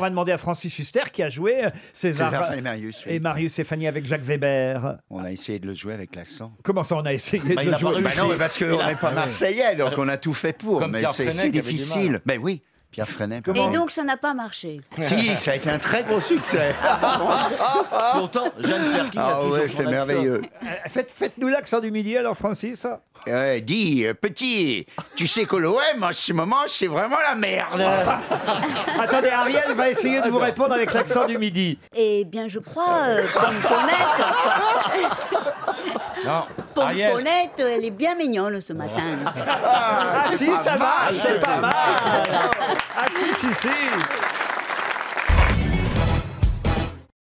va demander à Francis Huster qui a joué euh, César, César, Fanny, Marius, oui. et Marius et Fanny avec Jacques Weber. On a essayé de le jouer avec l'accent. Comment ça, on a essayé Bah, de il a jouer pas- bah non, mais parce Il qu'on a- n'est pas Ah oui. marseillais, donc on a tout fait pour. Comme Mais Pierre c'est Freinet c'est qui avait du difficile. mal. Mais oui, Pierre Freinet. Et donc, ça n'a pas marché. Si, ça a été un très gros succès. Pourtant, Jeanne Perkin a Ah toujours ouais, son c'était accent. merveilleux. Euh, Faites, faites-nous l'accent du midi alors, Francis. Euh, dis, euh, petit, tu sais que l'OM en ce moment, c'est vraiment la merde. Attendez, Ariel va essayer de vous répondre avec l'accent du midi. Eh bien, je crois, euh, Pomme Pommette, Non, Pomme Ariel. Pommette, elle est bien mignonne ce matin. Ah si, ça va, c'est pas mal. Ah si, si, si.